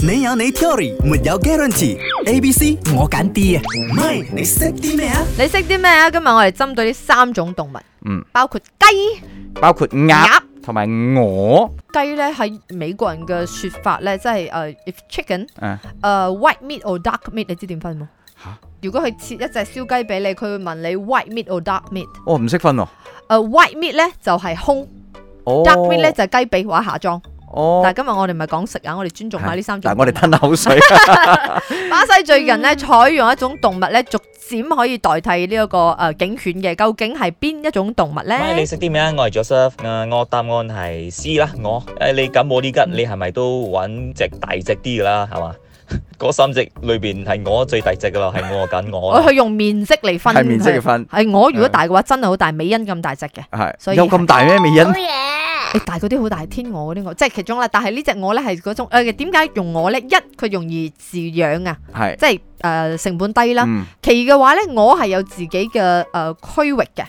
你有你 theory，沒有 guarantee。A、B、C 我揀 D 啊，唔係你識啲咩啊？你識啲咩啊？今日我哋針對呢三種動物，嗯，包括雞。包括鴨鴨同埋鵝，雞咧喺美國人嘅説法咧，即係誒、呃 if chicken，誒、呃嗯 white meat or dark meat，你知點分冇？吓如果佢切一隻燒雞俾你，佢會問你 white meat or dark meat。我唔識分喎。誒、white meat 咧就係胸哦，dark meat 咧就係雞髀或者下裝。哦，但係今日我哋唔係講食啊，我哋尊重下呢三種但動物。我哋吞口水。巴西最近咧採用一種動物咧，逐漸可以代替呢、一個誒、呃警犬嘅，究竟係邊一種動物咪咧你？識啲咩啊？我係 Joseph，呃我答案係 C 啦。我誒你咁我呢吉，你係咪都揾隻大隻啲噶啦？係 嘛？嗰三隻裏邊係我最大隻噶啦，係我揀我我啦。佢用面積嚟分，係面積嘅分係我如果大嘅話，真係好大，美欣咁大隻嘅。所係以有咁大咩美欣？啊你大嗰啲好大天鵝嗰啲我，即係其中啦。但係呢只鵝咧係嗰種誒點解用鵝咧？一佢容易飼養啊，係即係誒、呃成本低啦。嗯其二嘅話咧，鵝係有自己嘅誒、呃、區域嘅，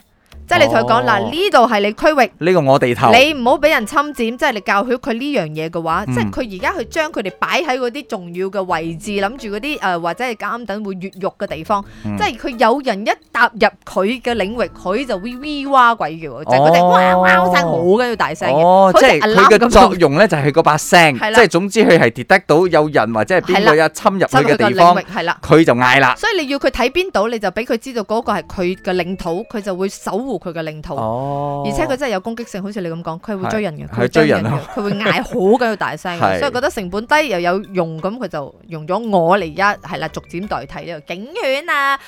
即係你同佢哦講嗱，呢度係你區域。呢個我地頭你唔好俾人侵佔，即係你教曉佢呢樣嘢嘅話，嗯即係佢而家佢將佢哋擺喺嗰啲重要嘅位置，諗住嗰啲誒或者係監等會越獄嘅地方，嗯即係佢有人一踏入佢嘅領域，佢就會 V 哇鬼叫，就係哦嗰隻哇哇聲好緊要大聲嘅。哦，好即似係佢 alarm 咁嘅作用咧就係佢嗰把聲，即係啦係總之佢係 detect 到有人或者係邊個係有侵入侵佢入佢嘅嘅地領方域，係啦。佢就嗌啦。所以你要佢睇邊度，你就俾佢知道嗰個係佢嘅領土，佢就會守護佢嘅領土。哦而且佢真係有攻擊性，好似你咁講，佢係會追人嘅，係佢會追追人人啊嘅，佢會嗌好緊要大聲係嘅，所以覺得成本低又有用，咁佢就用咗我嚟而家係啦，逐漸代替呢個警犬啊、